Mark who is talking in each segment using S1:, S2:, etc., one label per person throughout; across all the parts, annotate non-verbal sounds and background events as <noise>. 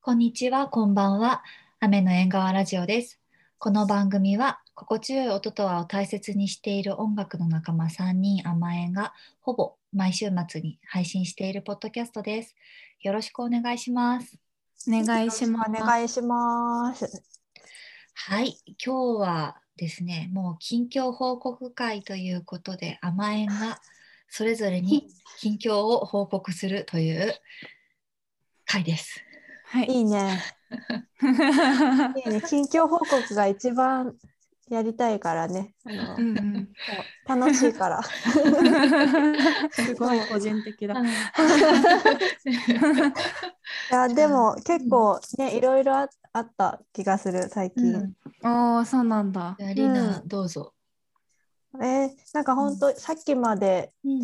S1: こんにちは、こんばんは。雨の縁側ラジオです。この番組は、心地よい音とはを大切にしている音楽の仲間3人甘えんが、ほぼ毎週末に配信しているポッドキャストです。よろしくお願いします。
S2: お願いします。
S3: お願いします。
S1: はい、今日はですね、もう近況報告会ということで、甘えんがそれぞれに近況を報告するという会です。
S2: はい。
S3: いいね。いいね。近況報告が一番やりたいからね。あの
S2: うんうん <laughs>
S3: そう楽しい <laughs> から。
S2: すごい個人的だ。
S3: いやでも結構ねいろいろああった気がする最
S1: <laughs> う
S3: 近。
S1: ん
S2: ああ、そうなんだ。
S1: じゃあリーナ、どうぞ。
S3: えーなんか本当、さっきまで
S1: うん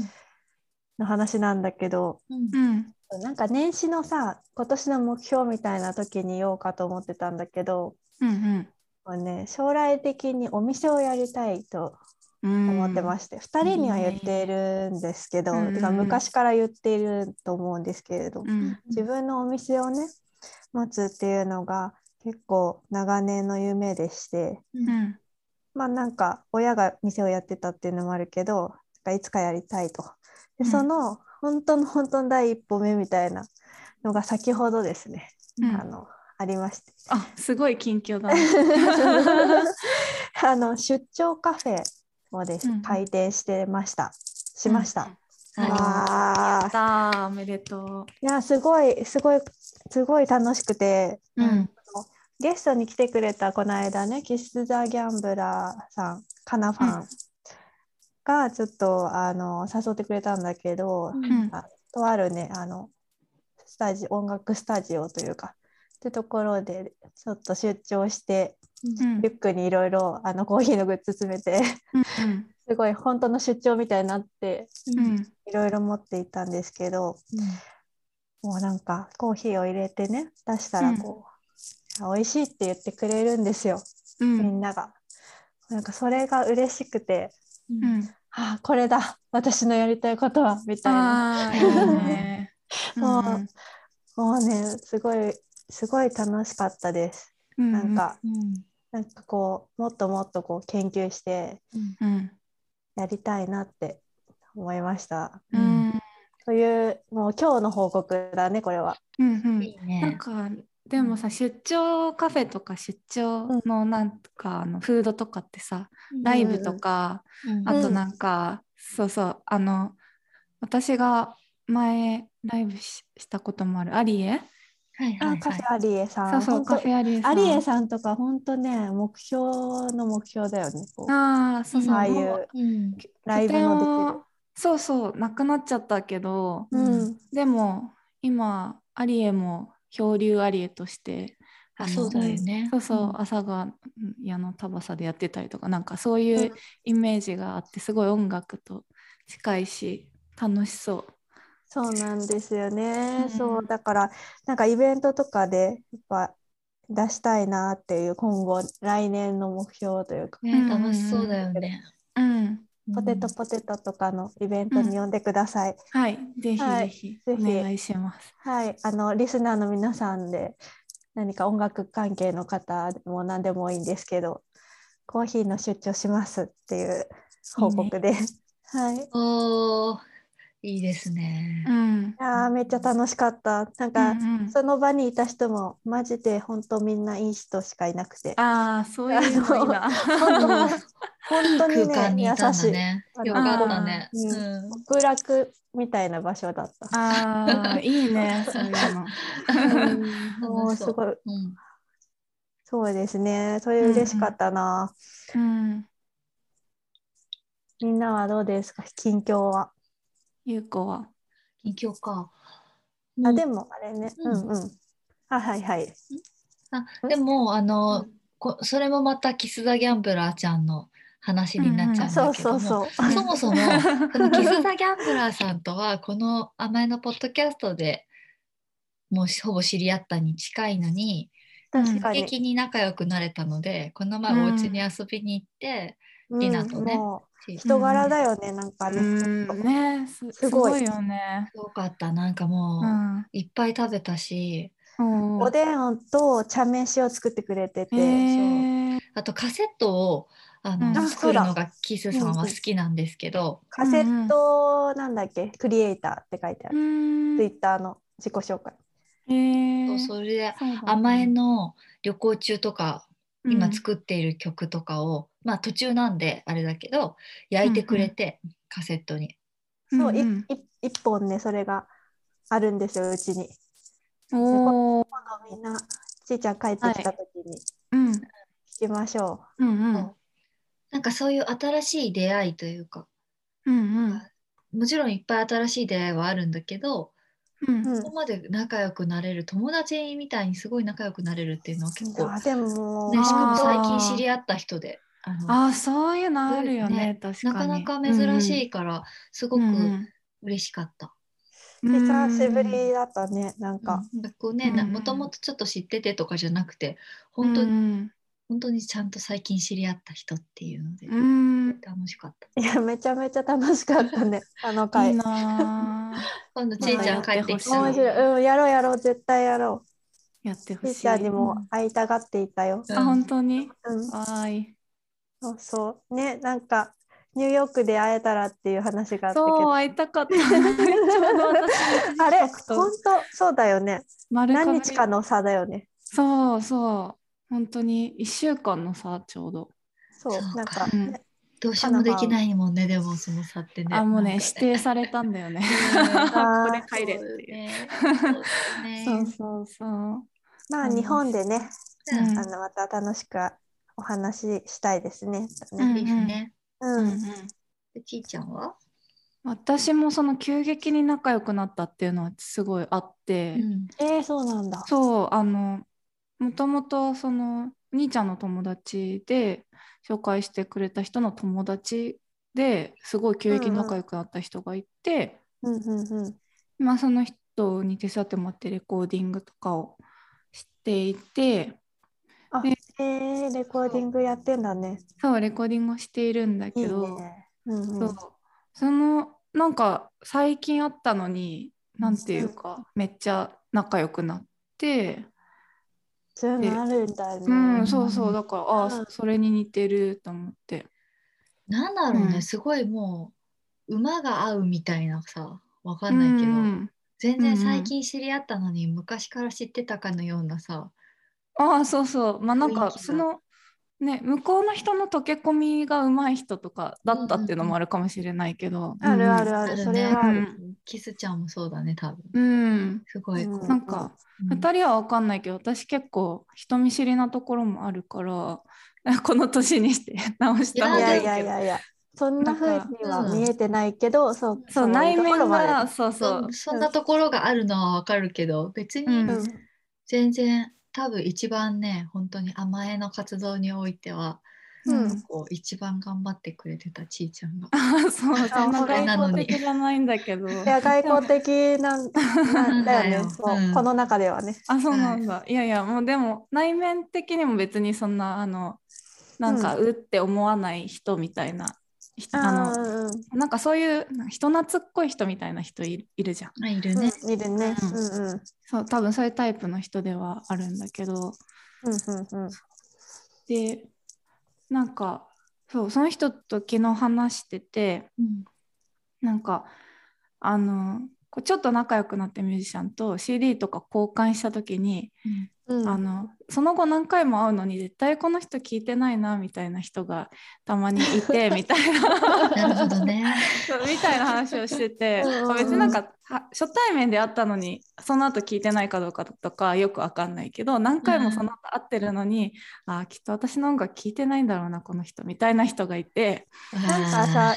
S3: の話なんだけど。
S1: うん
S2: うん。
S3: なんか年始のさ今年の目標みたいな時に言おうかと思ってたんだけど、
S2: うん
S3: もうね、将来的にお店をやりたいと
S2: うん。。
S3: 思ってますして、2人には言っているんですけど、
S2: うん
S3: てか昔から言っていると思うんですけれど、
S2: うん。
S3: 自分のお店をね持つっていうのが結構長年の夢でして
S2: うん。
S3: まあなんか親が店をやってたっていうのもあるけどなんかいつかやりたいと
S2: う
S3: で
S2: ん
S3: その本当の本当の第一歩目みたいなのが先ほどですね、
S2: うん
S3: あのありま
S2: <laughs>
S3: して。
S2: あ、すごい近況だね。 <laughs>
S3: あの出張カフェをです、
S2: うん
S3: 開店してました。しました。
S1: うんはい
S2: や
S3: わ
S2: っ
S3: あ、
S2: たーおめでと
S3: いやすごいすごいすごい楽しくて、
S2: う。うん。
S3: ゲストに来てくれたこの間ね、キスザギャンブラーさん、カナファ
S2: うん
S3: ンがちょっとあの誘ってくれたんだけど、
S2: うん。
S3: とあるねあのスタジオ音楽スタジオというか。ってところでちょっと出張して
S2: うん
S3: リュックにいろいろあのコーヒーのグッズ詰めて
S2: うん。
S3: すごい本当の出張みたいになって
S2: う
S1: うん
S2: ん。
S3: いろいろ持っていったんですけどもうなんかコーヒーを入れてね出したらこう、美味しいって言ってくれるんですよ
S2: う
S3: み
S2: ん。
S3: んなが。なんかそれが嬉しくて
S1: うん
S2: うん。
S3: ああこれだ私のやりたいことはみたいな
S2: ああ、いい <laughs> ね。
S3: そうもうねすごいすごい楽しかったです。
S2: うん。
S3: なんか
S1: うん
S3: なんかこうもっともっとこう研究して
S2: うん。
S3: やりたいなって思いました。
S2: うん。うん。
S3: というもう今日の報告だねこれは。
S2: うん。うん。
S1: いい
S2: なん
S1: ね。
S2: かでもさ出張カフェとか出張のなんかあのフードとかってさライブとか
S1: うん、
S2: あ
S1: あ
S2: となんかそうそうあの私が前ライブししたこともあるアリエ
S1: はいは
S3: あ
S1: い
S3: カ
S1: は
S3: フ
S1: い。
S3: ェアリエさ
S2: そう
S3: ん。
S2: そう
S3: 本当
S2: カフェアリエさん
S3: アリエさんとか本当ね目標の目標だよね。こう
S2: ああそうそう
S3: ああい
S2: も
S3: う
S1: うん
S3: ライブも
S2: そうそうなくなっちゃったけど
S3: できる。うん。
S2: でも今アリエも漂流アリエとして
S1: あ
S2: の
S1: そうだよね。
S2: そうそう、朝が矢のタバサでやってたりとかなんかそういうイメージがあってすごい音楽と近いし楽しそ
S3: そうなんですよね。
S2: うん
S3: そうだからなんかイベントとかでやっぱ出したいなっていう今後来年の目標というか、
S1: うん。ね楽しそうだよね。
S2: う。うん、
S3: ポテトポテトとかのイベントに呼んでください。
S2: はいぜひぜひ
S3: は
S2: お
S3: いぜひ
S2: 願いします。
S3: はい、あのリスナーの皆さんで何か音楽関係の方でも何でもいいんですけど、コーヒーの出張しますっていう報告です。はい。
S1: おーいいですね
S2: う。ん
S3: あーめっちゃ楽しかった。な
S2: う
S3: ん
S2: ん
S3: か、
S2: うん
S3: その場にいた人もマジで本当みんないい人しかいなくて、
S2: ああそういうのいいな。
S1: う
S2: <laughs>
S1: ん
S3: 本当に
S1: 空間に
S3: ね
S1: い
S3: 優
S1: たん
S3: し
S1: だ
S3: い。
S1: ね。
S3: あの
S1: よかったね。
S3: うん
S1: うん
S3: 極楽みたいな場所だった。
S2: ああいい <laughs> ねそういうの。
S3: うんもう
S1: 楽し
S3: す
S1: そう
S3: ごい
S1: うん
S3: そうですね。それ嬉しかったな。
S2: うん
S3: みんなはどうですか近況は。
S2: ゆうこは。
S1: 近況か。
S3: あ
S1: うん
S3: でもあれね。
S1: う
S3: うんんうん。あはいはい。
S1: あでもあの、
S3: うん
S1: こそれもまたキス・ザ・ギャンブラーちゃんの話になっちゃうん
S3: そ
S1: だ
S3: う
S1: けど
S3: そ
S1: も、
S3: うそう。
S1: そも
S2: <laughs>
S1: そもこのキス・ザ・ギャンブラーさんとはこの「甘えのポッドキャストで」もうほぼ知り合ったに近いのに
S3: 確か
S1: 劇
S3: に。
S1: 的に仲良くなれたのでこの前
S2: うん
S1: お家に遊びに行って、
S3: うん
S1: リナとね
S3: も
S1: し
S3: う人柄だよねなんか
S2: う
S3: ね。
S2: んねす
S3: す
S2: す
S3: ごい
S2: ごいよね。
S1: よかったなんかもう、
S2: うん
S1: いっぱい食べたし、
S2: うん
S3: おでんをと茶飯を作ってくれてて、
S2: へー
S1: あとカセットをあの、
S2: うんあ
S1: 作るのがキスさんは好きなんですけど、
S3: カセットなんだっけ、クリエイターって書いてあ
S2: う
S3: る、
S2: ん
S3: ツイッターの自己紹介
S2: へー
S1: そうそれで
S2: そうだね
S1: 甘えの旅行中とか
S2: うん
S1: 今作っている曲とかを、まあ途中なんであれだけど焼いてくれて、カセットに。
S3: そう、
S2: うんうん
S3: いい一本ねそれがあるんですようちに
S2: おー
S3: 今度みんなちいちゃん帰ってきた時に
S2: うん
S3: 聞きましょう、
S2: うんうん
S1: なんかそういう新しい出会いというか
S2: うんうん
S1: もちろんいっぱい新しい出会いはあるんだけど、
S2: うん
S3: うん
S1: ここまで仲良くなれる友達みたいにすごい仲良くなれるっていうのは結構、ね、
S3: あでも、
S2: ね
S1: しかも最
S2: あ
S1: 近
S2: ー
S1: 知り合った人であの
S2: あーそういうのあるよね
S1: ね
S2: 確か
S1: な
S2: に
S1: かなか珍しいから、すご
S2: うん
S1: く
S2: うん
S1: 嬉しかった。
S2: うんうん
S3: 久しぶりだったねなんか、
S1: うんなんかこうねな
S2: うん
S1: もともとちょっと知っててとかじゃなくて本当に、
S2: うん
S1: 本当にちゃんと最近知り合った人っていうので、
S2: うんうん
S1: 楽しかった。
S3: いやめちゃめちゃ楽しかったねあの
S2: い
S3: 回
S2: いなあ
S1: 今度ちいちゃん帰ってきたら
S3: 面
S2: まあ
S3: 白い、うん、やろうやろう絶対やろ
S2: やってほ
S3: う
S2: しい
S3: ちいちゃんにも会いたがっていたよ、
S2: あ本当に
S3: うん、
S2: わーい
S3: そうそうねなんかニューヨークで会えたらっていう話があったけ
S2: そう
S3: ど
S2: 会いたかったちょうど私
S3: あれ
S2: と
S3: 本当そうだよね
S2: 丸かぶり
S3: 何日かの差だよね
S2: そうそう本当に1週間のさちょうど
S3: そう
S1: そうか
S3: なんか、
S2: うん
S3: ね
S1: どうしようもできないもんねでもその差ってね。
S2: あもうね
S1: なんか
S2: 指定されたんだよね
S3: あー
S2: これ帰れっていう
S1: そうね
S2: そうそうそう
S3: まあ
S2: うん
S3: 日本でね、
S1: そう
S2: うん
S3: あのまた楽しくお話ししたいですね。
S1: そうですね。
S3: うん、
S1: でちいちゃんは？
S2: 私もその急激に仲良くなったっていうのはすごいあって、
S1: ん。
S3: えー、そうなんだ。
S2: そうあのもともとその兄ちゃんの友達で紹介してくれた人の友達ですごい急激に仲良くなった人がいて、
S3: うんうんうん。
S2: まあ、その人に手伝ってもらってレコーディングとかをしていて
S3: あ
S2: ね、
S3: えー、レコーディングやってんだね。
S2: そうレコーディングをしているんだ
S3: いい
S2: けど。
S3: ね。うんう
S2: そ
S3: ん
S2: う。そのなんか最近会ったのになんていうか、めっちゃ仲良くなって
S3: そういうのあるんだね。
S2: うん、そうそうだからああ、
S3: うん
S2: それに似てると思って
S1: なんだろうね、
S2: うん
S1: すごいもう馬が合うみたいなさわかんないけど、
S2: うん
S1: 全然最近知り合ったのに昔から知ってたかのようなさ、
S2: ああそうそうまあなん
S1: 雰囲
S2: か
S1: 気が
S2: そのね向こうの人の溶け込みが上手い人とかだったっていうのもあるかもしれないけど、
S3: あるあるあ
S1: ある
S3: る。
S1: ね
S3: それはあ
S2: う
S3: る。
S2: ん
S1: キスちゃんもそうだね多分
S2: うん、
S1: すごい、
S3: うん
S2: なんか、
S1: うん
S2: 2人は分かんないけど私結構人見知りなところもあるから <laughs> この年にして <laughs> 直した方
S3: い
S2: がい
S3: や
S2: い
S3: い
S2: けど
S3: やいやいや。そんな風には見えてないけど、そう
S2: そう内面が
S3: が
S2: そう <laughs> そ、
S1: そうそんなところがあるのはわかるけど別に
S2: うん
S1: 全然、多分一番ね本当に甘えの活動においては
S3: うん
S2: うん
S1: こう一番頑張ってくれてたちいちゃんが。
S2: あそうそんな
S3: それ
S2: 外
S1: なのに
S2: 交的じゃないんだけど
S3: いや外交
S2: <laughs>
S3: 的なんなんだよ
S1: うん
S3: ね。そう、
S1: うん
S3: この中ではね。
S2: あそうなんだ、い、やいやもうでも内面的にも別にそんなあのなんか
S3: う
S2: うって思わない人みたいな、ひあの
S3: あの、
S2: なんかそういう人懐っこい人みたいな人いいるじゃん
S1: あいる
S3: うん、
S1: ね、
S3: いるね。
S2: うん
S3: うんうん。
S2: そう多分そういうタイプの人ではあるんだけど
S3: うんうんうん。
S2: でなんかそうその人と昨日話してて
S1: うん
S2: なんかあのこうちょっと仲良くなってミュージシャンと CD とか交換した時に、
S3: うん
S2: あのその後何回も会うのに絶対この人聞いてないなみたいな人がたまにい
S3: <laughs>
S2: てみたい
S1: なるほ
S2: な <laughs>
S1: どね。
S2: そうみたいな話をしてて
S3: うんうんうん
S2: こう別になんかは初対面で会ったのにその後聞いてないかどうかとかよく分かんないけど何回もその後会ってるのに、あーきっと私の音楽聞いてないんだろうなこの人みたいな人がいて。
S3: なんかさ、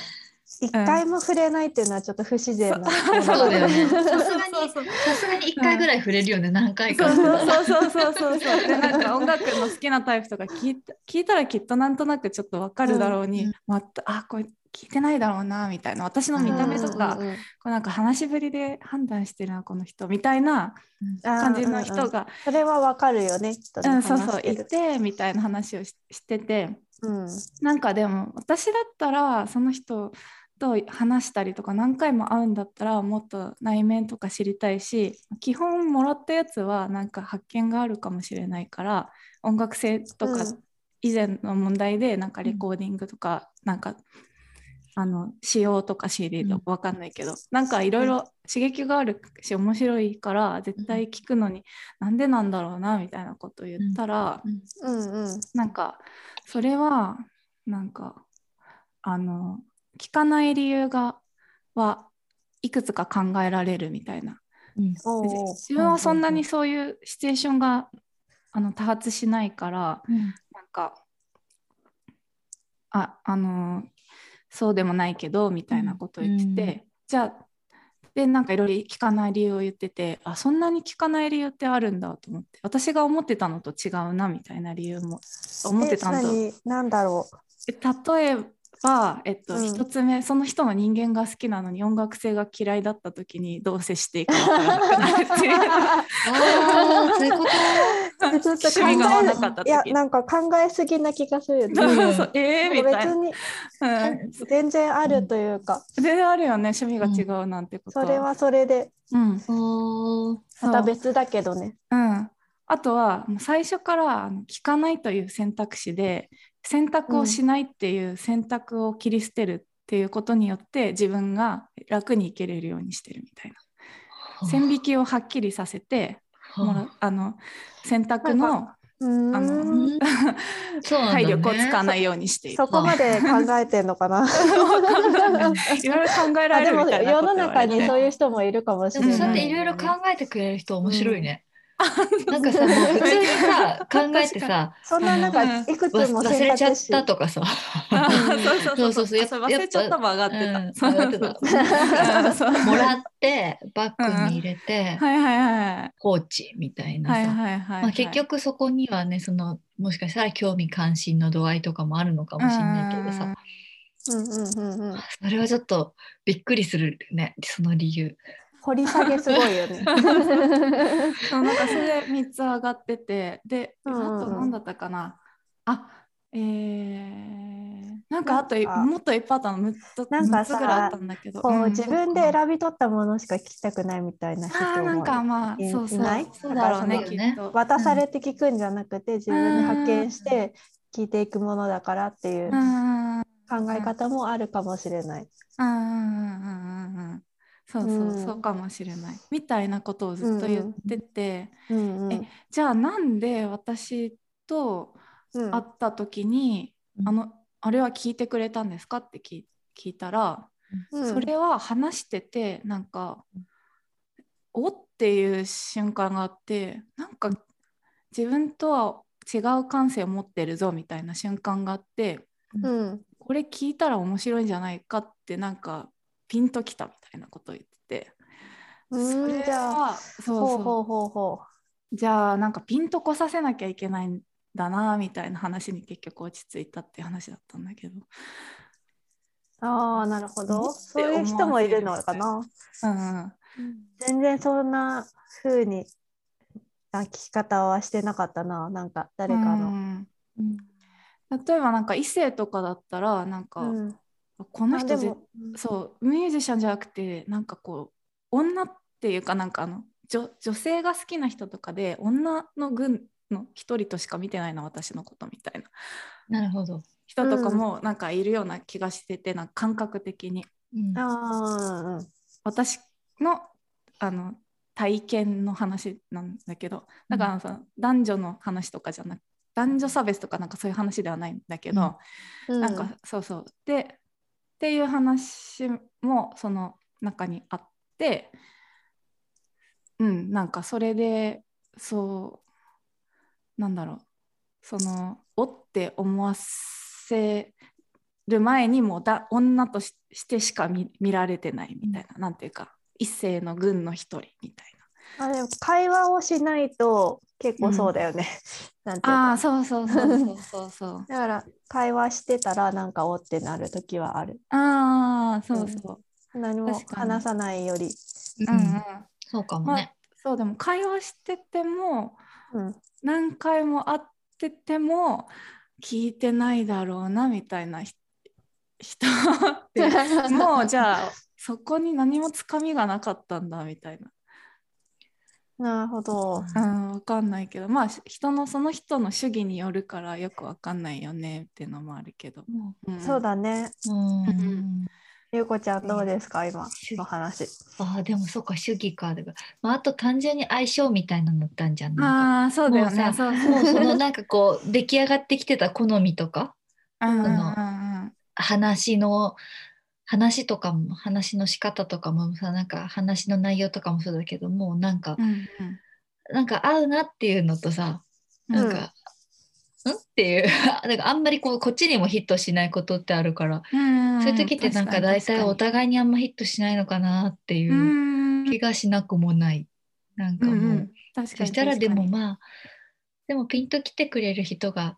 S3: 一回も触れないっていうのはちょっと不自然な。
S1: そうだよね。さすがに
S2: そうそうそう
S1: さすがに一回ぐらい触れるよね、何回か。
S2: そうそうそうそうそうそうでなん
S3: <laughs>
S2: か音楽の好きなタイプとか聞いた聞いたらきっとなんとなくちょっとわかるだろうに、
S1: うん
S2: またあこれ聞いてないだろうなみたいな私の見た目とか、
S3: う
S2: こ
S3: んうんうん
S2: うなんか話しぶりで判断してるなこの人みたいな感じの人。
S3: あーうんうん
S2: が、
S3: それはわかるよね。きっと
S2: う
S3: ね
S2: んそうそう
S3: 話して
S2: い
S3: る
S2: てみたいな話をししてて
S3: うん
S2: なんかでも私だったらその人と話したりとか何回も会うんだったらもっと内面とか知りたいし基本もらったやつはなんか発見があるかもしれないから音楽性とか
S3: うん
S2: 以前の問題でなんかレコーディングとかなんかあの仕様とか CD とかわかんないけどなんかいろいろ刺激があるし面白いから絶対聞くのになんでなんだろうなみたいなこと言ったら
S1: うん
S3: うんうん
S2: なんかそれはなんかあの聞かない理由がはいくつか考えられるみたいな
S1: うん
S3: お
S2: で
S3: ー
S2: 自分はそんなにそういうシチュエーションがあの多発しないからなんかああのそうでもないけどみたいなことを言ってて、
S1: うんう
S2: じゃあでなんかいろいろ聞かない理由を言っててあそんなに聞かない理由ってあるんだと思って私が思ってたのと違うなみたいな理由も思ってたんだ
S3: え何なん
S2: <laughs>
S3: だろ
S2: 例えば、えっと
S3: うん
S2: 一つ目その人の人間が好きなのに音楽性が嫌いだった時にどう接していいか分からなくなるっていう
S1: あーそういうこと
S3: う。ずっと
S2: <laughs> 趣
S3: <laughs> 考え
S2: 味が合わなかった
S3: いや
S2: 時
S3: なんか考えすぎな気がするよね。
S1: うん
S2: <laughs> そうえー、みたい
S3: 別
S2: な、
S3: に
S2: うん、
S3: 全然あるというか、
S2: 全然あるよね趣味が違うなんてこと
S3: それ、はそれで
S2: うん
S1: おー
S2: そ
S3: ま
S2: う
S3: た別だけどね。
S2: うん、あとはもう最初からあの聞かないという選択肢で選択をしないっていう選択を切り捨てるっていうことによって自分が楽に生きれるようにしてるみたいな線引きをはっきりさせて
S1: はあ
S2: もらあの選択の
S3: う
S2: あの
S1: う
S3: ーん。
S1: んそうなんだね
S2: 体力を使わないようにしている
S3: そこまで考えてんのか
S2: <laughs>
S3: な。
S2: いろいろ考えら
S3: あ
S2: れ
S3: <laughs> で
S2: る
S3: も
S2: みたいな
S3: 世
S2: こと
S3: の
S2: 言わ
S3: 中
S2: れて
S3: にそういう人もいるかもし
S1: で
S3: れな
S1: もそうやっ
S2: ん
S3: い、
S1: てい
S2: い
S1: ろいろ考えてくれる人面白いね。
S2: うん
S1: なんかさ、もう普通にさ、考えて
S3: <laughs>
S1: さ、
S3: そんななんかいくつ
S1: わ
S3: も
S1: 忘
S3: 選
S1: れちゃ
S3: 択
S1: っ
S3: 肢
S1: たとかさ、
S2: あ
S1: そ
S2: <laughs> そう
S1: そ
S2: うそう
S1: そ
S2: うそうう
S1: やっぱ
S2: そう忘れちゃったも上がっ
S1: う
S2: てた、
S1: ん上がってた
S2: うんそう
S1: も
S2: は
S1: らってバッグに入れて
S2: いはいはい
S1: 放置みたいな
S2: はい
S1: さ。
S2: はいはい、
S1: まあ、結局そこにはね、そのもしかしたら興味関心の度合いとかもあるのかもしれないけど
S2: うん
S1: さ、
S3: うんうんうんうん、
S1: それはちょっとびっくりするね、その理由。
S3: 掘り下げすごい
S2: <laughs>
S3: よね。
S2: そうなんかそれ3つ上がっててであ
S3: うんうんうん
S2: と何だったかな、あえー、なんかあとい
S3: なんか
S2: もっといっぱいあったの6つ
S3: なんかさ
S2: 6つぐらいあったんだけど
S3: こ
S2: うん
S3: う自分で選び取ったものしか聞きたくないみたいな人
S2: あー
S3: も
S2: なんかまあ
S3: い
S2: そうそう
S3: いない
S2: そうだろうね
S1: だからその
S2: きっと。
S3: 渡されて聞くんじゃなくて自分で発見して聞いていくものだからってい
S2: うん
S3: う
S2: うんうん
S3: 考え方もあるかもしれない。
S2: うんうんうんうんそうそう、
S3: うん
S2: そうかもしれないみたいなことをずっと言ってて、
S3: うんうん
S2: えじゃあなんで私と
S3: うん
S2: 会った時に、
S1: うん
S2: あのあれは聞いてくれたんですかって聞い聞いたら、
S3: うん
S2: それは話しててなんか、おっていう瞬間があってなんか自分とは違う感性を持ってるぞみたいな瞬間があって
S3: うん
S2: これ聞いたら面白いんじゃないかってなんかピンときたみたいなことを言ってて。
S3: う
S2: それ
S3: んじゃあ
S2: はそうそ
S3: ほ
S2: う
S3: うほうほうほ
S2: じゃあなんかピンとこさせなきゃいけないんだなみたいな話に結局落ち着いたって話だったんだけど、
S3: う。ああなるほ
S2: 思
S3: ど。
S2: って
S3: そういう人もいるのか
S2: 思
S3: な。
S2: うんうん、
S3: 全然そんな風にあ聞き方はしてなかったな。なんか誰か
S2: う
S3: の。
S2: ん例えばなんか異性とかだったらなんか、
S3: うん
S2: この
S3: あで
S2: 人ぜ
S3: も
S2: そうミュージシャンじゃなくてなんかこう女っていうかなんかあの女女性が好きな人とかで女の軍の一人としか見てないな私のことみたいな
S1: なるほど。
S2: 人とかもなんかいるような気がしてて、なんか感覚的に
S1: うん
S3: あー
S2: 私のあの体験の話なんだけどだからさ、男女の話とかじゃなく男女差別とかなんかそういう話ではないんだけど、
S3: うんうん
S2: なんかそうそうでっていう話もその中にあってうんなんかそれでそうなんだろうそのおって思わせる前にもうだ女とししてしか見見られてないみたいな、なんていうか一世の軍の一人みたい
S3: あでも会話をしないと結構そうだよね。なんていう
S2: な
S3: か
S2: ああそうそうそうそうそうそう
S3: だから会話してたらなんかおってなる時はある。
S2: ああそうそう、
S3: 何も
S2: 確かに
S3: 話さないより。
S1: うん
S2: うんうん
S1: そうかも
S2: ま
S1: ね
S2: あ。そうでも会話してても
S3: うん、
S2: 何回も会ってても聞いてないだろうなみたいなひ
S1: <laughs>
S2: 人って
S3: <laughs>
S2: もうじゃあそこに何もつかみがなかったんだみたいな
S3: なるほど。
S2: うん、わかんないけど、まあし人のその人の主義によるからよくわかんないよねっていうのもあるけど。
S1: も
S2: うん
S3: そうだね。
S1: ううん
S2: うん
S3: ゆうこちゃんどうですか、今
S1: 主
S3: の話。
S1: ああでもそうか主義かだから、まあ、あと単純に相性みたいなのだったんじゃんない
S2: ああ、そうだよ
S1: も
S2: ね。
S1: う
S2: そう。
S1: もうそのなんかこう出来上がってきてた好みとか
S2: うんうんうん
S1: あ話の話とかも話の仕方とかもさなんか話の内容とかもそうだけどもうなんか、
S2: うん
S1: なんか合うなっていうのとさ
S2: うん
S1: なんか、んっていう <laughs> なんかあんまりこうこっちにもヒットしないことってあるから、
S2: うん
S1: そういう時ってなんか大体お互いにあんまヒットしないのかなって
S2: い
S1: いう
S2: うん
S1: 気がしなくもない、なんか
S2: う
S1: もう、
S2: んうん確か
S1: そ
S2: に
S1: したらでも
S2: 確かに
S1: まあでもピンと来てくれる人が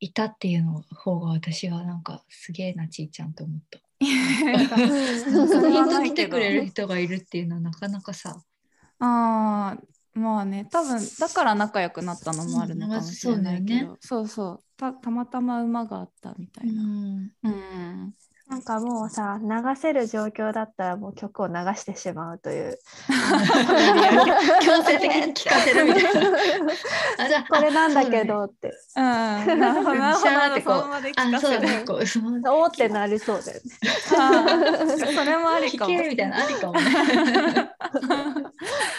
S1: いたっていうの方が私はなんかすげえなちいちゃんと思った。
S3: <laughs>
S2: それ
S1: ピ
S2: は
S1: ンと
S2: ない
S1: 来て
S2: けど
S1: くれる人がいるっていうのはなかなかさ
S2: ああまあね多分だから仲良くなったのもあるのかもしれないけど、そうそうたたまたま馬があったみたい
S1: <laughs>
S2: な。うん
S3: なんかもうさ、流せる状況だったらもう曲を流してしまうという。
S1: <laughs> 強制的に聞かせるみたいな。あじゃあ
S3: <laughs> これなんだけ
S1: あ
S3: どって、
S2: うん、なるほど、なるほ
S1: 知らなく
S2: ど、
S1: てこう
S2: そのまで
S1: そうだねあそうだねこう
S2: 聞かせる。
S1: その
S3: おーってなりそうだよね。
S2: あーそれもあり
S1: 聞
S2: かも。
S1: けみたいなのありかもね。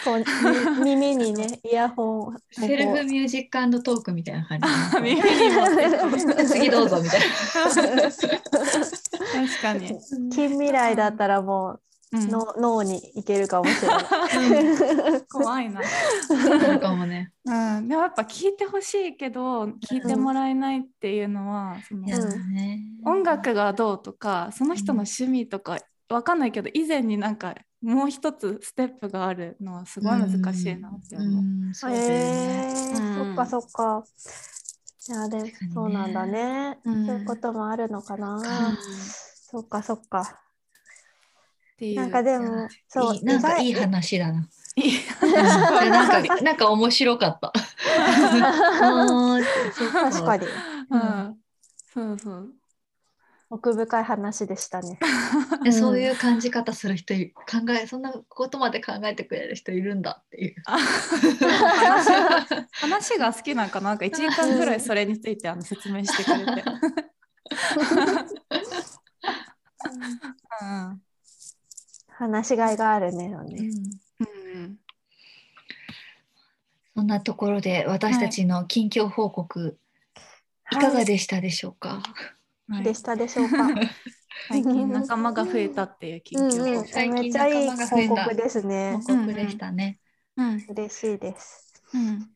S3: こうみ耳にね、イヤホンをこう。
S1: セルフミュージックトークみたいな感じ
S2: 耳に持ってこう
S1: <laughs> 次どうぞみたいな。
S2: 確かに。
S3: 近未来だったらも
S2: う
S3: う、
S2: ん
S3: の脳に行けるかもしれない。
S2: 怖いな。 <laughs>
S1: そうかもね。
S2: うん、でもやっぱ聞いてほしいけど、聞いてもらえないっていうのは、その
S3: や
S1: ね
S2: 音楽がどうとか、その人の趣味とか、わかんないけど、以前になんか。もう一つステップがあるのはすごい難しいなって思う。
S1: んそうだよ
S3: へ
S1: ね。
S3: え
S2: うん
S3: そっかそっか。いやでも
S1: 確かにね
S3: そうなんだね、
S2: うん
S3: そういうこともあるのかな。
S1: か
S3: そっかそっか。
S2: っていう
S3: なんかでもそう
S1: いいなんかいい
S3: 意外
S1: 話だ
S2: <laughs>
S1: な。
S2: いい
S1: なんかなんか面白か
S2: <laughs>
S1: った。
S3: 確 <laughs>
S1: 確
S3: かに
S2: うん、そうそう。
S3: 奥深い話でしたね。
S1: に。そういう感じ方する人い考えそんなことまで考えてくれる人いるんだっていう。
S2: あ話が <laughs> 話が好きなんかななんか1時間ぐらいそれについてあの説明してくれ <laughs> て。うん
S3: 話しがいがあるね。よね
S2: うん
S1: そんなところで私たちの近況報告、い、かがでしたでしょうか。
S2: はい
S3: でしたでし
S1: <laughs>
S3: ょうか。
S2: 最近仲間が増えたっていう
S3: う
S2: 緊
S3: ん
S2: 急
S3: う
S2: 報
S3: ん
S2: 告。
S1: 最近
S3: めっちゃいい
S1: 仲間が増えた
S3: 報告ですね
S1: 報。告でしたね。
S2: うん
S3: 嬉しいです。
S2: うん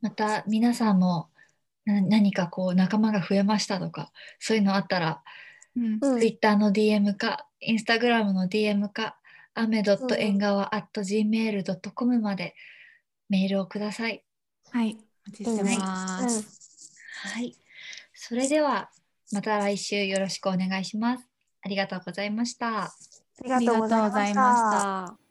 S1: また皆さんもな何かこう仲間が増えましたとかそういうのあったら
S2: うん
S3: うん
S1: Twitter の DM か Instagram の DM かアメドット縁側 at gmail.com までメールをください。
S2: はい、お待ちしてま
S3: うん
S2: す。
S1: はい。それではまた来週よろしくお願いします。ありがとうございました。
S3: ありがとうございました。
S2: た。